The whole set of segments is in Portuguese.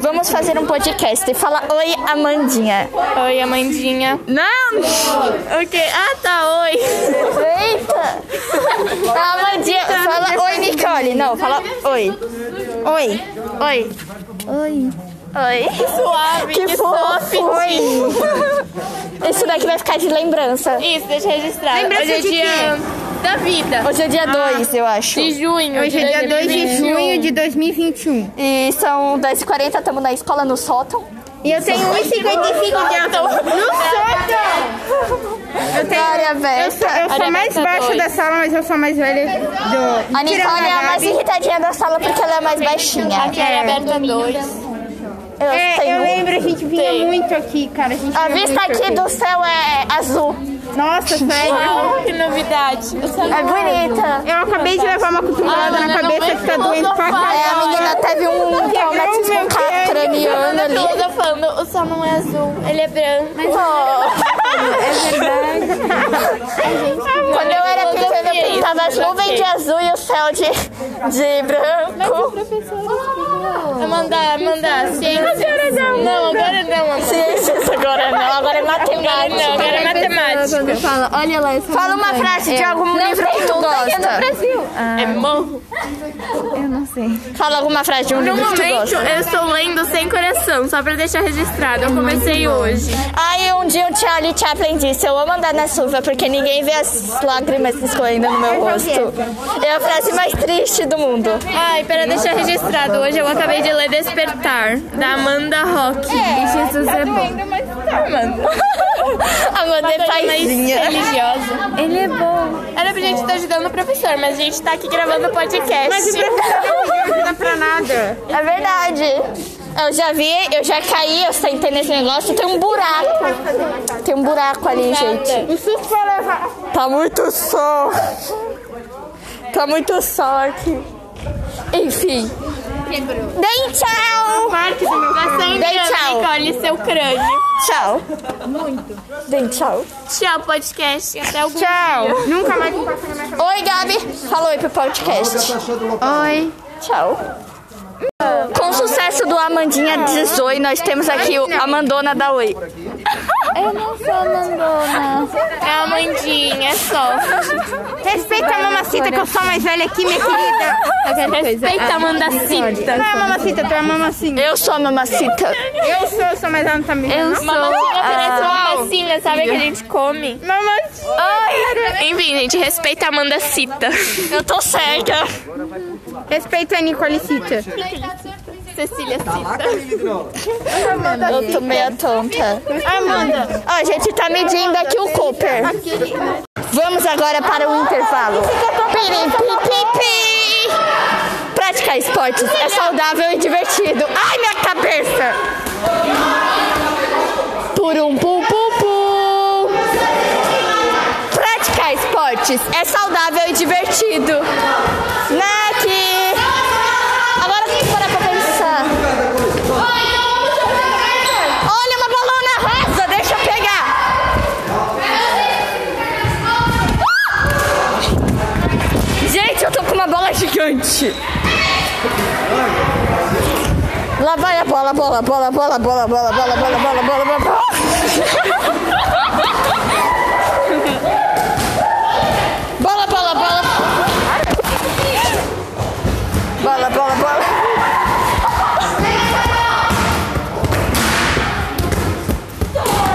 Vamos fazer um podcast. Fala oi, Amandinha. Oi, Amandinha. Não! Ok. Ah, tá. Oi. Eita! A Amandinha, fala oi, Nicole. Não, fala oi. Oi. Oi. Oi. Oi. Suave. Que fofo. Oi. Isso daqui vai ficar de lembrança. Isso, deixa registrado. Lembrança Hoje é de dia da vida. Hoje é dia 2, eu acho. De junho. Hoje é dia 2 de 2021. junho de 2021. E são 10h40, estamos na escola no sótão. E eu tenho 1,55 de altura. No sótão! Eu tenho... Área Eu aberta. sou, eu sou Olha, mais meta baixa dois. da sala, mas eu sou mais velha do... A Nicole é a mais irritadinha da sala porque ela é mais baixinha. Aqui é aberta 2. Eu É, eu tenho. lembro, a gente vinha muito aqui, cara. A, gente A vinha vista muito aqui do céu é azul. Nossa, sério. Uau, que novidade. É bonita. Eu acabei de levar uma cotovelada na Ana, não cabeça vem que tá com doendo pra fofa. É, caralho. a menina teve um traumatismo meu crânio. craniano ali. Eu tô falando, o céu não é azul, ele é branco. Quando eu era pequena, eu pintava as nuvens de dia. azul e o céu de, de branco. Amanda, Amanda, ciências. Não, agora não, Amanda. Ciências agora não, agora é Agora não, matemática. agora é matemática. Quando fala, olha lá, essa Fala uma frase de algum livro que tu gosta. Brasil. É morro. Fala alguma frase de um No livro que tu momento, gosta. eu estou lendo Sem Coração, só pra deixar registrado. Eu comecei hoje. Aí um dia o Charlie Chaplin disse, eu amo andar na chuva porque ninguém vê as lágrimas escorrendo no meu rosto. É a frase mais triste do mundo. Ai, pra deixar registrado, hoje eu acabei de ler Despertar, da Amanda Rock. Jesus é bom. tá, Amanda é Mais paizinha. religiosa. Ele é bom. Era pra gente estar ajudando o professor, mas a gente tá aqui gravando podcast. Mas o professor não ajuda pra nada. É verdade. Eu já vi, eu já caí, eu sentei nesse negócio, tem um buraco. Tem um buraco ali, gente. O suco vai levar. Tá muito sol. Tá muito sol aqui. Enfim. Dei tchau. Parte do meu coração. Dei tchau. Nicole, seu crânio. Tchau. Muito. Dei tchau. Tchau, podcast. Até algum Tchau. Nunca mais me passa na minha Oi, Gabi. Falou aí pro podcast. cabeça. Oi. Tchau. Com o sucesso do Amandinha 18, nós temos aqui o Amandona da Oi. É a Amandinha, é só. Respeita a mamacita, que eu sou mais velha aqui, minha querida. Respeita a Amanda Cita. Não é a mamacita, tu é a mamacinha. Eu sou a mamacita. Eu sou, eu sou, mas ela não tá me vendo. não. Mamacita parece ah, uma massinha, sabe? Que a gente come. Mamacita. Enfim, gente, respeita a Amanda Cita. Eu tô cega. Respeita a Nicolicita. Cecília Cita. Eu tô meio tonta. Amanda. Ó, a gente tá medindo aqui o Cooper. Vamos agora para o intervalo. Pirim, pi, pi, pi. Praticar esportes é saudável e divertido. Ai, minha cabeça! Purum, pum, pum, pum. Praticar esportes é saudável e divertido. Naki! Agora tem que parar pra então pensar. Olha uma bolona rosa, deixa eu pegar. Gente, eu tô com uma bola gigante. Lá vai a bola, bola, bola, bola, bola, bola, bola, bola, bola, bola, bola, bola. Bola, bola, bola. Bola, bola, bola.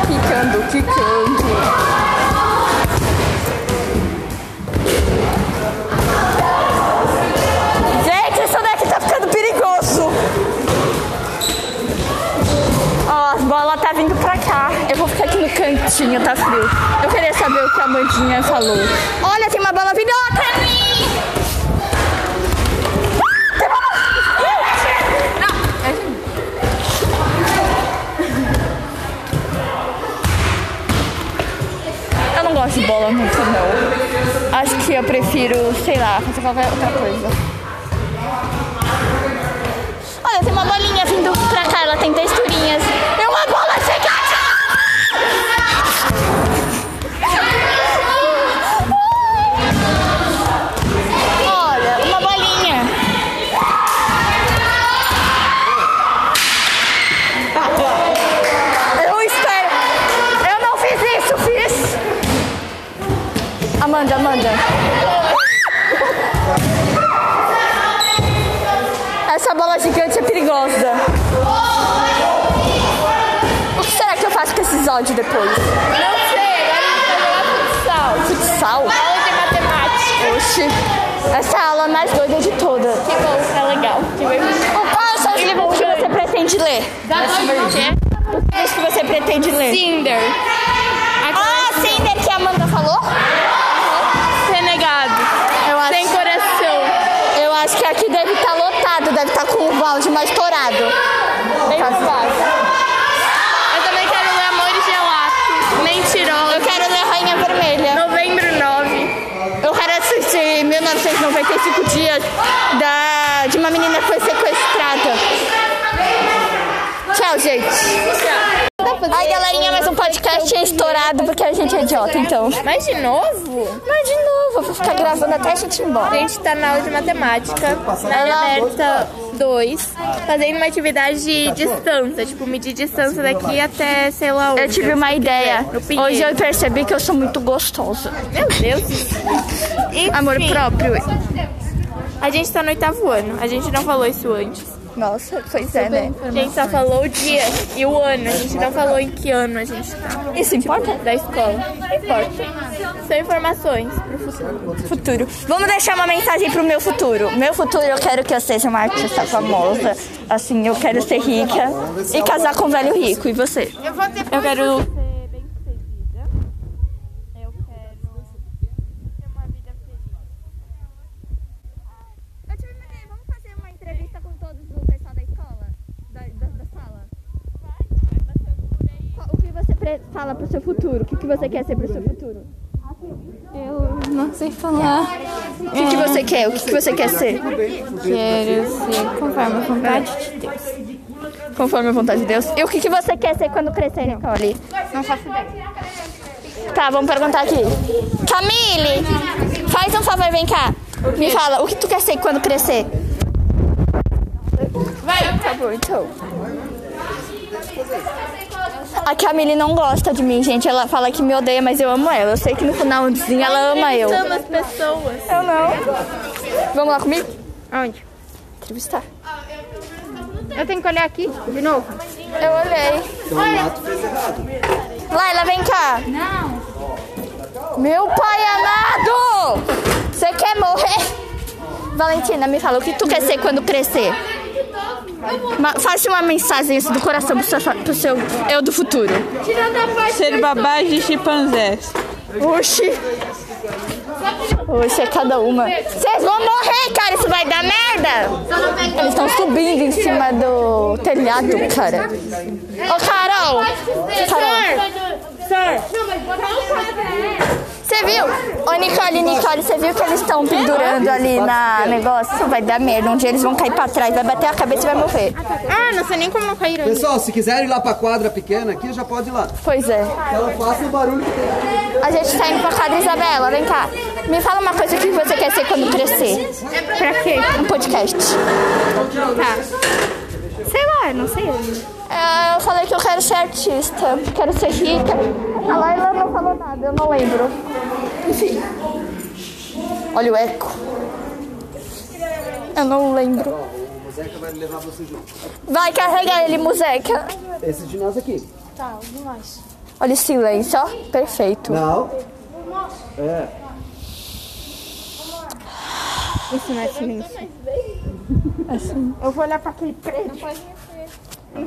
Quicando, quicando. Gente, isso daqui tá ficando perigoso. Ó, as bolas tá vindo pra cá. Eu vou ficar aqui no cantinho, tá frio. Eu queria saber o que a Mandinha falou. Olha, tem uma bola vindo ó, pra mim. Ah, tem uma bola. Eu não gosto de bola muito, não. Acho que eu prefiro, sei lá, fazer qualquer outra coisa. Olha, tem uma bolinha vindo pra cá, ela tem texturinhas. Tem uma bola chegando! Olha, uma bolinha. é perigosa. O que será que eu faço com esses ódios depois? Não sei, agora a gente vai jogar futsal. Futsal? Aula de matemática. Oxi. Essa é a aula mais doida de todas. Que bom, é tá legal. Divertido. Qual é são os livros que você pretende ler? né? Os livros que você pretende ler? Tinder. Ah, sim, né, que a Amanda falou? Renegado. Eu acho, Sem coração. eu acho que aqui deve estar lotado, deve estar com o balde mais Tá. estourado. Bem provável. Eu também quero ler Amor e Gelato. Mentirosa. Eu quero ler Rainha Vermelha. Novembro 9. Eu quero assistir 1995 dias da, de uma menina que foi sequestrada. Tchau, gente. Ai, galerinha, mais um podcast é estourado porque a gente é idiota, então. Mas de novo? Mas de novo, eu vou ficar gravando até a gente ir A embora. gente tá na aula de matemática, na Ela- liberta 2, fazendo uma atividade de distância, tipo, medir distância daqui até, sei lá, onde. Eu tive uma ideia. No Pinheiro. Hoje eu percebi que eu sou muito gostosa. Meu Deus. Enfim, Amor próprio. A gente tá no oitavo ano, a gente não falou isso antes. Nossa, pois é, né? A gente só falou o dia e o ano, a gente não falou em que ano a gente tá Isso importa? né? da escola. Não importa. São informações pro futuro. Futuro. Vamos deixar uma mensagem pro meu futuro. Meu futuro, eu quero que eu seja uma artista famosa. Assim, eu quero ser rica e casar com um velho rico. E você? Eu vou ter Eu quero Eu tive uma ideia, vamos fazer uma entrevista com todos o pessoal da escola? Da, da, da sala? Qual- O que você pre- fala pro seu futuro? O que, que você quer ser pro seu futuro? O que, que você quer? O que, que você quer ser? Quero ser conforme a vontade de Deus. Conforme a vontade de Deus. E o que, que você quer ser quando crescer, Nicole? Não faço ideia. Tá, vamos perguntar aqui. Camille, faz um favor, vem cá. Me fala, o que tu quer ser quando crescer? Vai, tá bom, então. A Camille não gosta de mim, gente. Ela fala que me odeia, mas eu amo ela. Eu sei que no finalzinho ela ama eu. Amo as pessoas. Eu não. Vamos lá comigo? Aonde? Entrevistar. Eu tenho que olhar aqui de novo. Eu olhei. Laila, vem cá. Não. Meu pai amado! Você quer morrer? Valentina, me fala, o que tu quer ser quando crescer? Ma- faça uma mensagem assim, do coração pro seu, pro seu eu do futuro. Ser babá de chimpanzés. Oxi. Oxi, é cada uma. Vocês vão morrer, cara, isso vai dar merda. Eles estão subindo em cima do telhado, cara. Ô, Carol. Carol. Você viu? Ô, Nicole, Nicole, você viu que eles estão pendurando ali na negócio? Vai dar merda. Um dia eles vão cair pra trás, vai bater a cabeça e vai morrer. Ah, não sei nem como não caíram. Pessoal, se quiserem ir lá pra quadra pequena aqui, já pode ir lá. Pois é. Então faça o barulho que tem. A gente tá indo pra casa da Isabela, vem cá. Me fala uma coisa que você quer ser quando crescer. Pra quê? Um podcast. Então, Sei lá, não sei. É, eu falei que eu quero ser artista, quero ser rica. A Laila não falou nada, eu não lembro. Enfim. Olha o eco. Eu não lembro. O Zeca vai levar você junto. Vai carregar ele, museca. Esse de nós aqui. Olha o silêncio, ó. Perfeito. Não. É. Eu vou olhar pra aquele preto.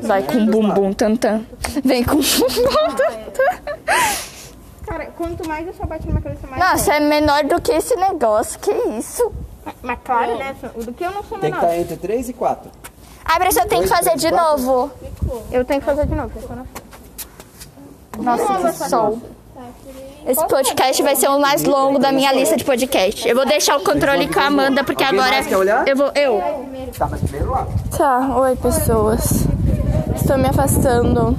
Vai com bumbum tantã. Vem com bumbum tantã. Cara, quanto mais eu só bati na cabeça, mais. Nossa, é menor do que esse negócio. Que isso? Mas claro, né? O do que eu não sou é Tem que menor. estar entre 3 e 4. Ai, mas eu tenho que fazer de novo. Eu tenho que fazer de novo, eu tô na frente. Nossa, que sol. Esse podcast vai ser o mais longo da minha lista de podcast. Eu vou deixar o controle com a Amanda, porque Alguém agora. mais quer olhar? Eu vou. Eu. Tá, mas primeiro lá. Tá, oi pessoas. Estou me afastando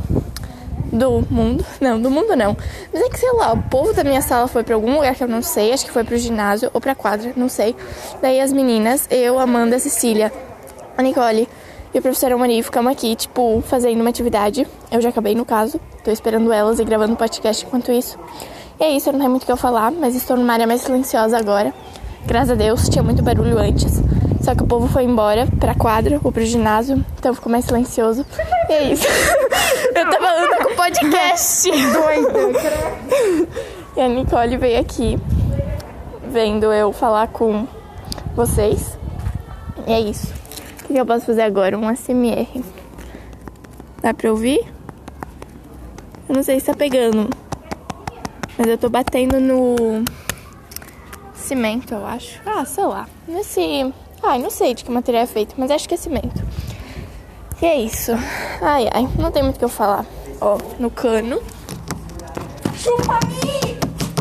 do mundo. Não, do mundo não. Mas é que sei lá, o povo da minha sala foi pra algum lugar que eu não sei, acho que foi pro ginásio ou pra quadra, não sei. Daí as meninas, eu, Amanda, Cecília, a Nicole e o professor Amari ficamos aqui, tipo, fazendo uma atividade. Eu já acabei no caso, tô esperando elas e um gravando podcast enquanto isso. E é isso, eu não tenho muito o que eu falar, mas estou numa área mais silenciosa agora. Graças a Deus, tinha muito barulho antes. Só que o povo foi embora pra quadra ou pro ginásio, então ficou mais silencioso. E é isso. Eu tava andando com o podcast. Doida. E a Nicole veio aqui, vendo eu falar com vocês. E é isso. O que eu posso fazer agora? Um ASMR. Dá pra ouvir? Eu não sei se tá pegando. Mas eu tô batendo no cimento, eu acho. Ah, sei lá. Nesse. Ai, não sei de que material é feito, mas acho que é cimento. E é isso. Ai, ai, não tem muito o que eu falar. Ó, no cano. Chupa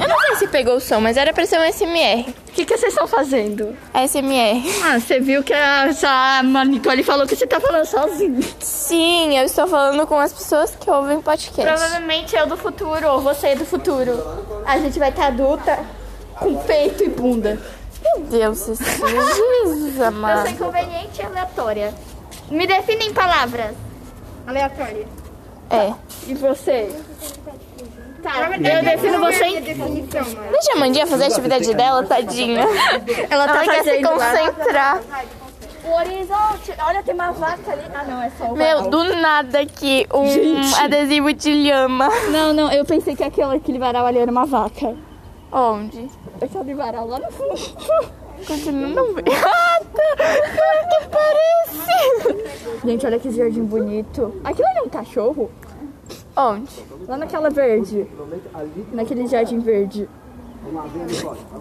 Eu não sei se pegou o som, mas era pra ser um SMR. O que, que vocês estão fazendo? SMR. Ah, você viu que a, essa Nicole falou que você tá falando sozinho. Sim, eu estou falando com as pessoas que ouvem podcast. Provavelmente eu do futuro, ou você é do futuro. A gente vai estar adulta, com peito e bunda. Meu Deus, Cecília. Jesus Eu amado. sou inconveniente e aleatória. Me defina em palavras. Aleatória. É. E você? Tá. Eu defino você em... Deixa a Mandinha fazer a atividade dela, tadinha. Ela tá Ela quer se fazendo lá. concentrar. O horizonte. Olha, tem uma vaca ali. Ah, não, é só o. Meu, do nada aqui, um adesivo de lhama. Não, não, eu pensei que aquela, aquele varal ali era uma vaca. Onde? Aquele varal lá no fundo. Continua não vendo. Ah, tá. que parece? Gente, olha que jardim bonito. Aquilo ali é um cachorro? Onde? Lá naquela verde. Naquele jardim verde.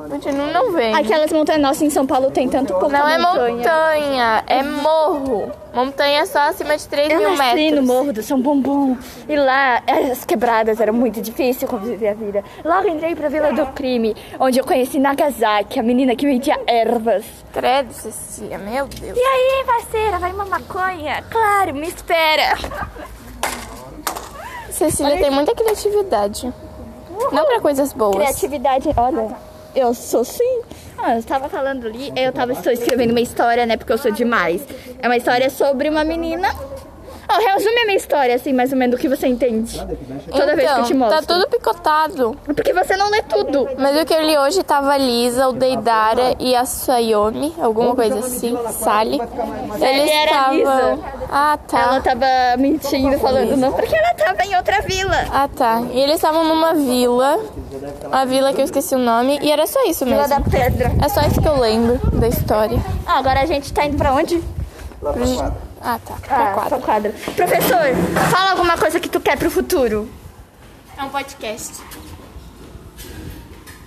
Continua não vendo. Aquelas montanhas nossas em São Paulo tem tanto pouco. Não é montanha, é morro. Montanha é só acima de 3 Eu mil nasci no metros. Morro do São Bombom. E lá, as quebradas eram muito difícil conviver a vida. Logo entrei pra Vila do Crime, onde eu conheci Nagasaki, a menina que vendia ervas. Credo, Cecília, meu Deus. E aí, parceira, vai uma maconha? Claro, me espera. Cecília tem muita criatividade. Não pra coisas boas. Criatividade, olha. Eu sou sim. Ah, eu tava falando ali, eu tava estou escrevendo uma história, né? Porque eu sou demais. É uma história sobre uma menina. Oh, resume a minha história, assim, mais ou menos, do que você entende. Toda vez é que eu te Então, mostro. tá tudo picotado. Porque você não lê tudo. Mas o que eu li hoje tava a Lisa, o Deidara e a Sayomi, alguma coisa assim, Sally. Eles Ele era a estavam. Ah, Ela tá. tava mentindo, falando não, porque ela tava em outra vila. Ah, tá. E eles estavam numa vila, uma vila que eu esqueci o nome, e era só isso mesmo. Pedra. É só isso que eu lembro da história. Ah, agora a gente tá indo pra onde? Lá pra quadra. Ah, tá. Pra quadra. pra quadra. Professor, fala alguma coisa que tu quer pro futuro. É um podcast.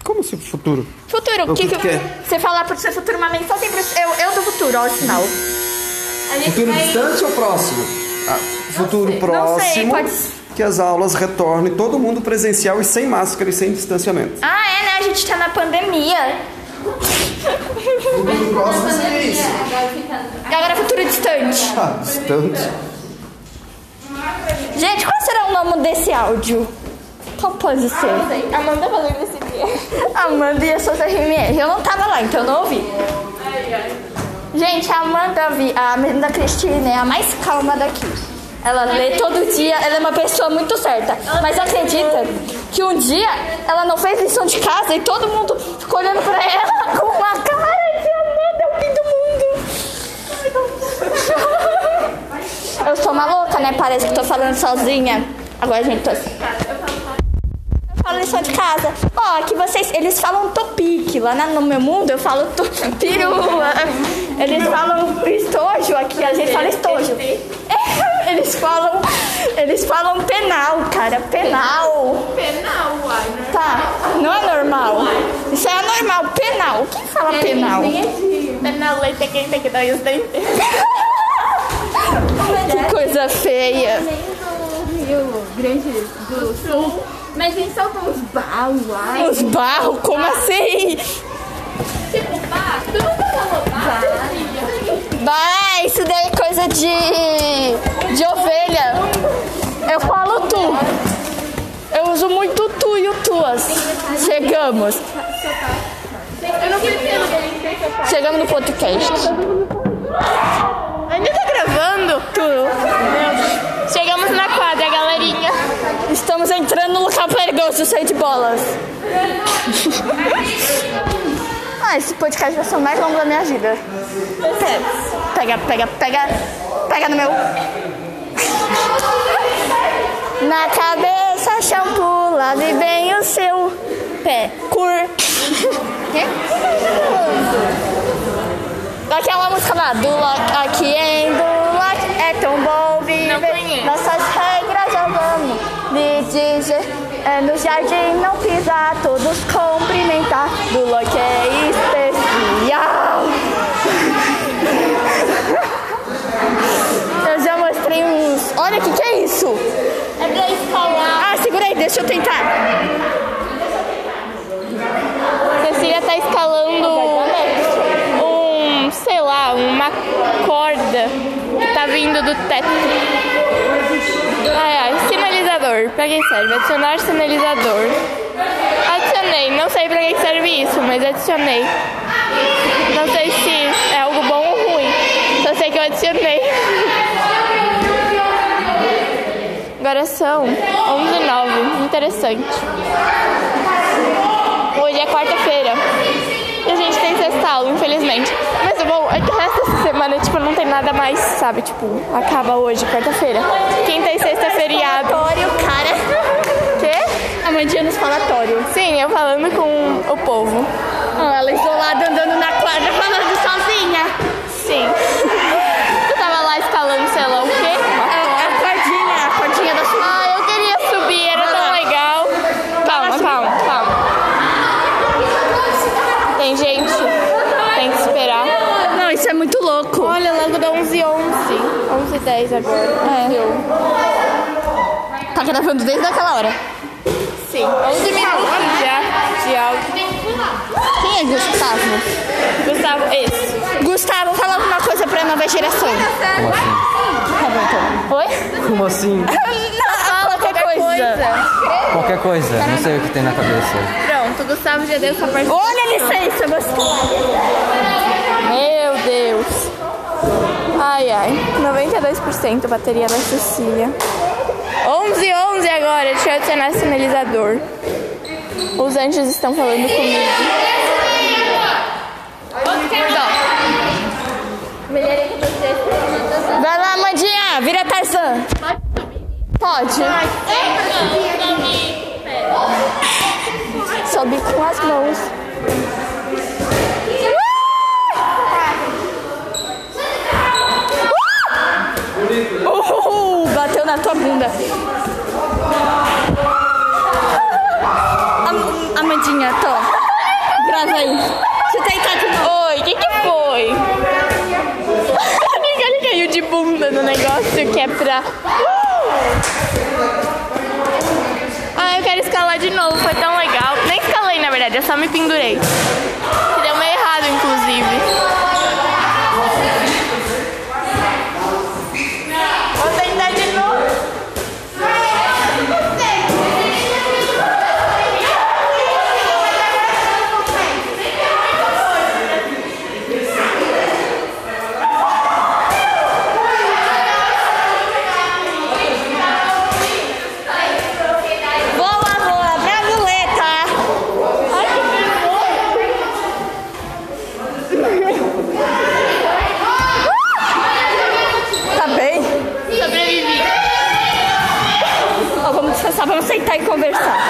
Como se futuro? Futuro, o que, que que tu quer? Você falar pro seu futuro uma mensagem pro eu, eu do futuro, ó, o sinal. Futuro distante ou próximo? Ah, futuro Não sei, próximo. pode- Que as aulas retornem todo mundo presencial e sem máscara e sem distanciamento. Ah, é, né? A gente tá na pandemia. Futuro próximo seria isso. E agora é futuro distante. Ah, distante. é. Gente, qual será o nome desse áudio? Qual pode ser? Ah, Amanda fazendo esse dia. Amanda e as suas RMR. Eu não tava lá, então eu não ouvi. Gente, a Amanda, Vi- a menina Cristina é a mais calma daqui. Ela lê todo dia, ela é uma pessoa muito certa. Mas acredita que um dia ela não fez lição de casa e todo mundo ficou olhando pra ela com uma cara de Amanda, é o fim do mundo. Eu sou uma louca, né? Parece que tô falando sozinha. Agora, gente, tô assim falo lição de casa. Ó, que vocês. Eles falam topique. Lá na- no meu mundo eu falo to- perua. Eles falam estojo aqui, a gente fala estojo. Eles falam. Eles falam penal, cara. Penal. Penal, Tá, não é normal. Isso é anormal, penal. Quem fala penal? Não, leite quem tem que dar os dentes. Que coisa feia. Mas eles soltam uns baú, ai. Os barros, como assim? Bah, isso daí é coisa de. de ovelha. Eu falo tu. Eu uso muito tu e o tuas. Chegamos. Chegamos no podcast. Ainda tá gravando? Tu. Chegamos na quadra, galerinha. Estamos entrando no local perigoso, cheio de bolas. Ah, esse podcast vai ser o mais longo da minha vida. Pega, pega, pega, pega no meu. Na cabeça, shampoo, lave bem o seu pé. Cur. Quê? Aquela música lá, do Lock aqui em do Lock é tão bom viver. Nossas regras já vamos lhe dizer. É no jardim não pisar, todos cumprimentar. Do Lock é especial. Eu já mostrei uns. Olha o que, que é isso? É pra escalar. Ah, segura aí, deixa eu tentar. Cecília tá escalando um, sei lá, uma corda que tá vindo do teto. Ai, ai, sinalizador. Pra que serve? Adicionar sinalizador. Adicionei. Não sei pra que serve isso, mas adicionei. Não sei se é algo bom ou ruim. Só sei que eu adicionei. Agora são 11 e 9. Interessante. Hoje é quarta-feira. E a gente tem sextal, infelizmente. Mas o bom é que o resto dessa semana, tipo, não tem nada mais, sabe? Tipo, acaba hoje, quarta-feira. Quinta e sexta é feriado. cara. Quê? Amandinha é no falatório. Sim, eu falando com o povo. Ah, ela isolada andando na quadra falando sozinha. Sim. Eu tava lá escalando, sei lá o quê. É a cordinha, a cordinha da sua. Ah, eu queria subir, era tão legal. Calma, calma, calma. Tem gente, tem que esperar. Não, isso é muito louco. Olha, logo dá 11 h 11 11 h 10 agora. É. Tá gravando desde aquela hora. Sim, 11 minutos já de áudio. Quem é Gustavo? Gustavo, esse. Gustavo, fala alguma coisa pra nova geração. Oi? Como assim? Não, fala qualquer coisa. Qualquer coisa, não sei o que tem na cabeça. Pronto, o Gustavo já deu sua participação. Olha licença, Gustavo. Meu Deus. Ai, ai. 92% bateria da Cecília. 11 e 11 agora. Deixa eu adicionar sinalizador. Os anjos estão falando comigo. Vai lá, Mandinha, vira Tarzan. Pode. Sobe com as mãos. Uhul, Uh! bateu na tua bunda. Am- Amandinha, tô. Grava aí. Você tá tentar de novo. Oi, o que, que foi? A Nicole caiu de bunda no negócio que é pra. Ah, eu quero escalar de novo, foi tão legal. Nem escalei, na verdade, eu só me pendurei. Que deu meio errado, inclusive. Vou tentar de novo. Boa, boa, vem a muleta. Uh! Tá bem? Sobrevivi. Ó, vamos descansar, vamos sentar e conversar.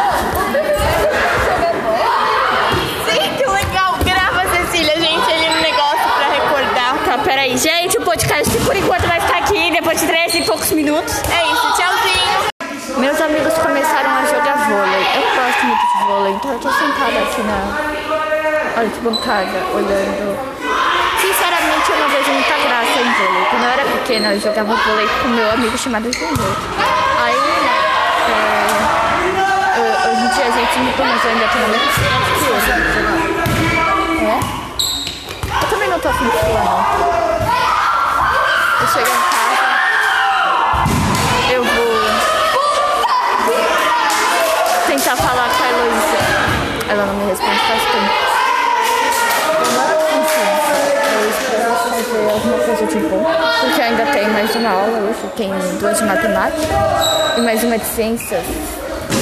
Sim, que legal. Grava, Cecília, gente, ali no negócio pra recordar. Tá, peraí. Gente, o podcast por enquanto vai ficar aqui, depois de 13 e poucos minutos. É isso, tchauzinho. Meus amigos começaram a jogar vôlei. Eu gosto muito de vôlei, então eu tô sentada aqui na arquibancada, olhando. Sinceramente, eu não vejo muita graça em vôlei. Quando eu era pequena, eu jogava vôlei com meu amigo chamado Júnior. Aí, é, ho- hoje em dia a gente não mas eu ainda tô na minha É? Eu também não tô afim de falar, não. Eu chego em casa, eu vou tentar falar com a Heloísa. Ela não me responde faz tempo. Enfim, eu espero fazer alguma coisa de bom, porque ainda tem mais uma aula hoje, tem duas de matemática e mais uma de ciências.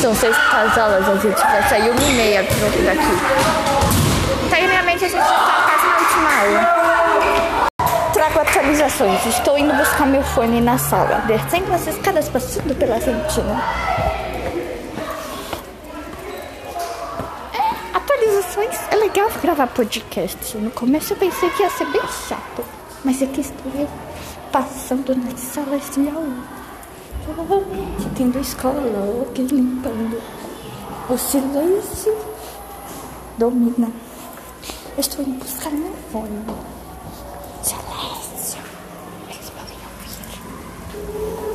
São seis as aulas, a gente vai sair uma e meia daqui. Tecnicamente Infelizmente, a gente está quase na última aula. Trago atualizações. Estou indo buscar meu fone na sala. Descendo as escadas, passando pela sentina. É, atualizações. É legal gravar podcast. No começo eu pensei que ia ser bem chato. Mas aqui estou eu, passando nas salas de aula. Provavelmente tendo escola, alguém limpando. O silêncio domina. Eu estou indo buscar meu fone. Silêncio. Eles podem ouvir.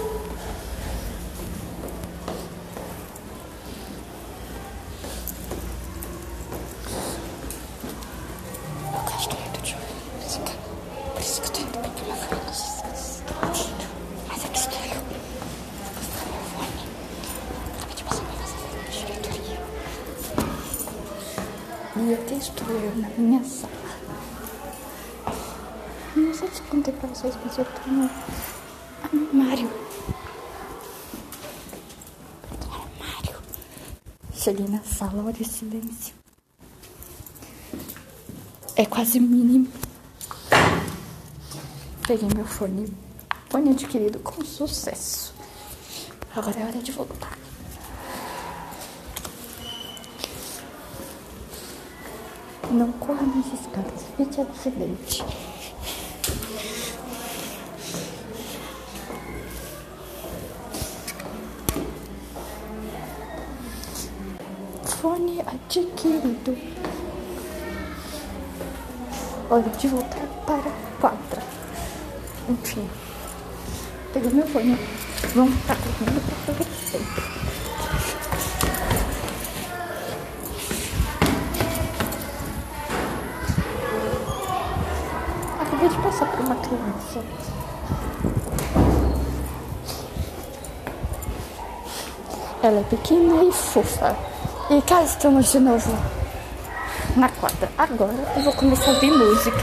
Eu gosto muito de ouvir música. Por isso que eu estou indo para aquela fone. Mas aqui estou eu. Vou buscar meu fone. Acabei de passar minha sala de diretoria. E até estou eu na minha sala. Não sei se contei pra vocês, mas eu tenho armário. Eu tenho armário. Cheguei na sala, olha o silêncio. É quase mínimo. Peguei meu fone. Fone adquirido com sucesso. Agora é hora de voltar. Não corra nas escadas. Evite acidente. Fone adquirido. Hora de voltar para a quadra. Enfim. Peguei meu fone. Vamos estar correndo para vocês. Acabei de passar por uma criança. Ela é pequena e fofa. E cá estamos de novo na quadra. Agora eu vou começar a ouvir música.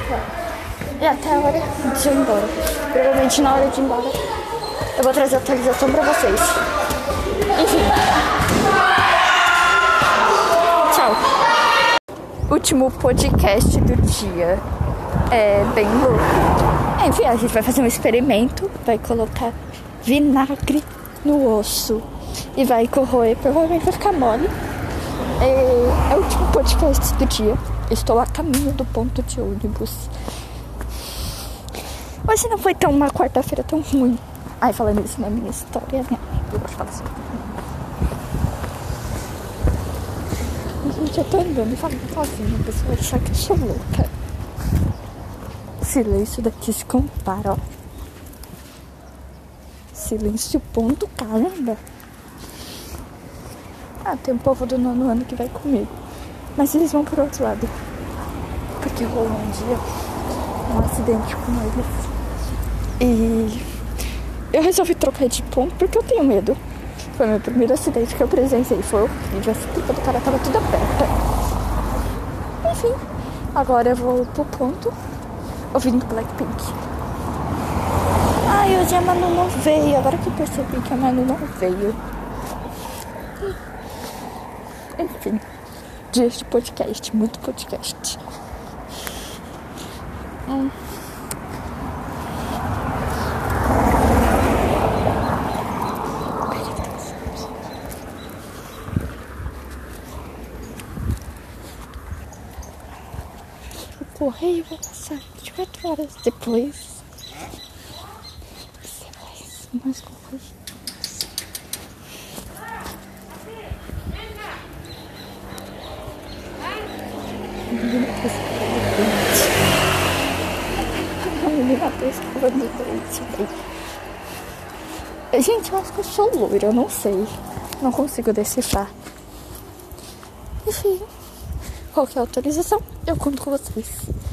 E até a hora de ir embora. Provavelmente na hora de ir embora eu vou trazer a atualização pra vocês. Enfim. Tchau. Último podcast do dia é bem louco. Enfim, a gente vai fazer um experimento, vai colocar vinagre no osso e vai corroer, provavelmente vai ficar mole. É, é o último podcast do dia. Estou a caminho do ponto de ônibus. Hoje não foi tão uma quarta-feira tão ruim. Ai, falando isso na minha história, né? Eu gosto de falar sobre mim. Gente, eu tô andando e falando sozinha. A pessoa vai achar que eu sou louca silêncio daqui se compara, ó. Silêncio ponto, caramba. Ah, tem um povo do nono ano que vai comigo. Mas eles vão pro outro lado. Porque rolou um dia um acidente com eles. E eu resolvi trocar de ponto porque eu tenho medo. Foi meu primeiro acidente que eu presenciei. Foi horrível. Essa pipa do cara tava toda aberta. Enfim, agora eu vou pro ponto ouvindo Blackpink. Ai, hoje a Manu não veio. Agora que eu percebi que a Manu não veio. Enfim, dias de podcast, muito podcast. Hum. O correio vai passar 24 horas depois. Você faz mais correio. A menina tá escovando o dente. velho. Gente, eu acho que eu sou loira, eu não sei. Não consigo decifrar. é Enfim, qualquer autorização, eu conto com vocês.